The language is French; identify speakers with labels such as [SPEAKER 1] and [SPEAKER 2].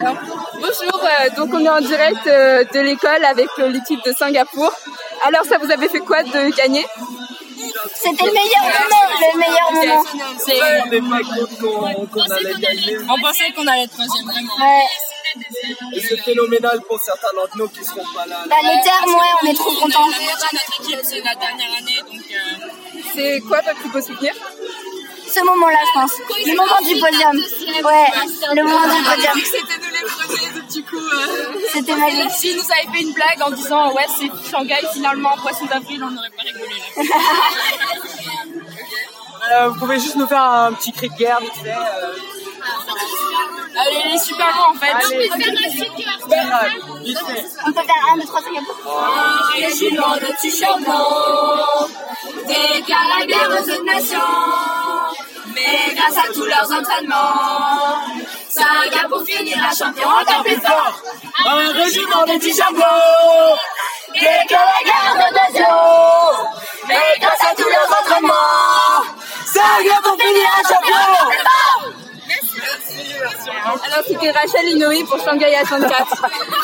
[SPEAKER 1] Alors, bonjour, euh, donc on est en direct euh, de l'école avec euh, l'équipe de Singapour. Alors ça vous avait fait quoi de gagner
[SPEAKER 2] C'était le meilleur moment, le meilleur moment.
[SPEAKER 3] On n'est pas compte qu'on qu'on allait gagner.
[SPEAKER 4] On pensait qu'on allait être troisième, vraiment.
[SPEAKER 2] Ouais.
[SPEAKER 3] Et C'est phénoménal pour certains d'entre nous qui seront pas là.
[SPEAKER 2] Bah, les termes, ouais, on est trop contents.
[SPEAKER 4] La moitié de notre équipe, c'est la dernière année, donc euh,
[SPEAKER 1] C'est quoi votre plus beau souvenir
[SPEAKER 2] Ce moment-là, je pense. Le moment du podium. Ouais, le moment du podium.
[SPEAKER 5] C'était nous les premiers, donc du coup, euh,
[SPEAKER 2] C'était magique.
[SPEAKER 5] s'ils nous avaient fait une blague en disant ouais c'est Shanghai finalement poisson d'avril, on aurait pas rigolé. là.
[SPEAKER 3] Euh, vous pouvez juste nous faire un petit cri de guerre vite fait. euh,
[SPEAKER 5] Elle est super loin en fait.
[SPEAKER 3] allez. Ouais, vite fait.
[SPEAKER 2] On peut faire un, deux, trois, cinq.
[SPEAKER 6] régiment de petits charbons, déclare la guerre aux autres nations. Mais grâce à tous leurs entraînements, Singapour finira champion encore plus fort.
[SPEAKER 3] Un régiment de petits chapeaux
[SPEAKER 6] Déclare la guerre aux autres nations, mais grâce à tous leurs entraînements, Singapour finira champion encore plus fort.
[SPEAKER 1] Alors c'était Rachel Inouï pour Shanghai à 24.